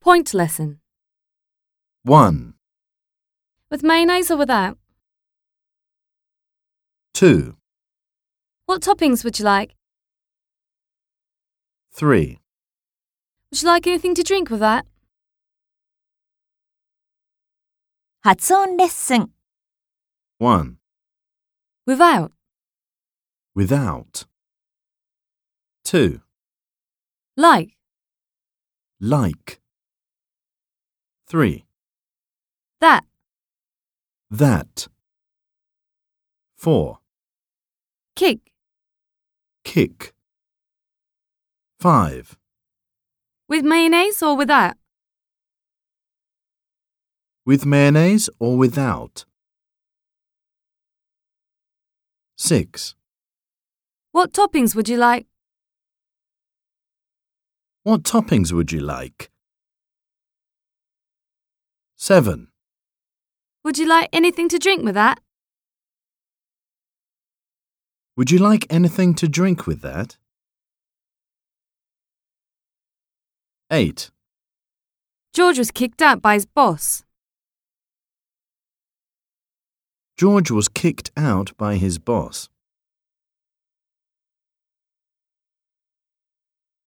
Point lesson 1, with mayonnaise or without. 2, What toppings would you like? 3, Would you like anything to drink with that? 発音レッスン 1. Without. Without. 2. Like. Like. 3. That. That. 4. Kick. Kick. 5. With mayonnaise or without. With mayonnaise or without? 6. What toppings would you like? What toppings would you like? 7. Would you like anything to drink with that? Would you like anything to drink with that? 8. George was kicked out by his boss. George was kicked out by his boss.